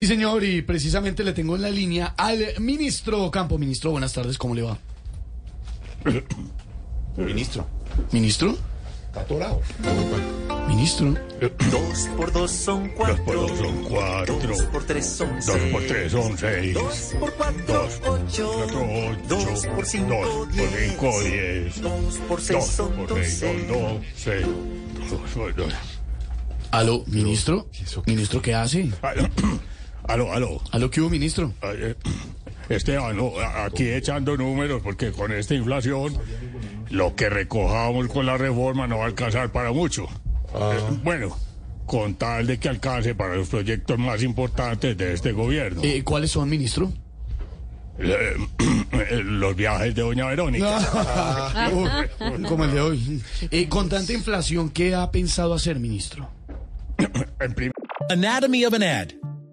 Sí, señor, y precisamente le tengo en la línea al ministro Campo. Ministro, buenas tardes, ¿cómo le va? Ministro, ¿Ministro? está atorado. ¿Ministro? Dos por dos son cuatro. por dos son cuatro. Dos por tres son Dos seis. por tres son seis. Dos por cuatro, Dos por ocho. cuatro, ocho. Dos por cinco, Dos por diez. cinco, diez. Dos por seis Dos son por seis son doce. doce. Dos por doce. ¿Aló, ministro? ¿Ministro qué hace? Aló, Aló, aló. ¿Aló, qué hubo, ministro? Ay, eh, Esteban, no, a- aquí echando números porque con esta inflación lo que recojamos con la reforma no va a alcanzar para mucho. Eh, Bueno, con tal de que alcance para los proyectos más importantes de este gobierno. Eh, ¿Cuáles son, ministro? Eh, los viajes de Doña Verónica. Uh, Como el de hoy. Eh, con tanta inflación, ¿qué ha pensado hacer, ministro? En prim- Anatomy of an ad.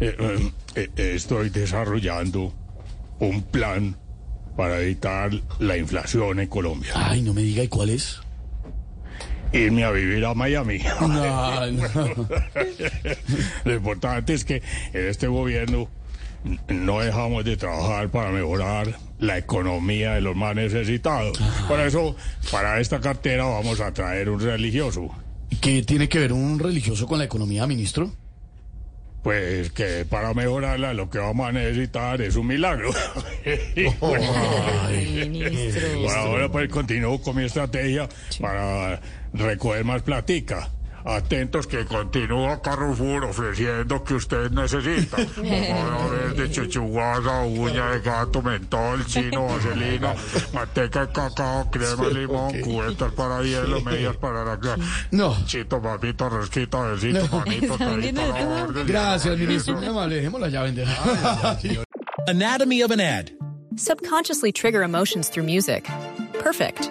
eh, eh, eh, estoy desarrollando un plan para evitar la inflación en Colombia. Ay, no me diga, ¿y cuál es? Irme a vivir a Miami. No, no. Lo importante es que en este gobierno n- no dejamos de trabajar para mejorar la economía de los más necesitados. Por eso, para esta cartera vamos a traer un religioso. ¿Qué tiene que ver un religioso con la economía, ministro? Pues que para mejorarla lo que vamos a necesitar es un milagro. Por ahora pues continúo con mi estrategia para recoger más platica. Atentos que continúa Carrefour ofreciendo que usted necesita. Olores de chichuguaza, uña de gato, mentol, chino, vaselina, manteca de cacao, crema, limón, cubetas para hielo, medias para la clara. No. Chito, papito, resquito, besito, manito, carito, la orden. Gracias, ministro. Muy amable, dejémosla ya vender. Anatomy of an ad. Subconsciously trigger emotions through music. Perfect.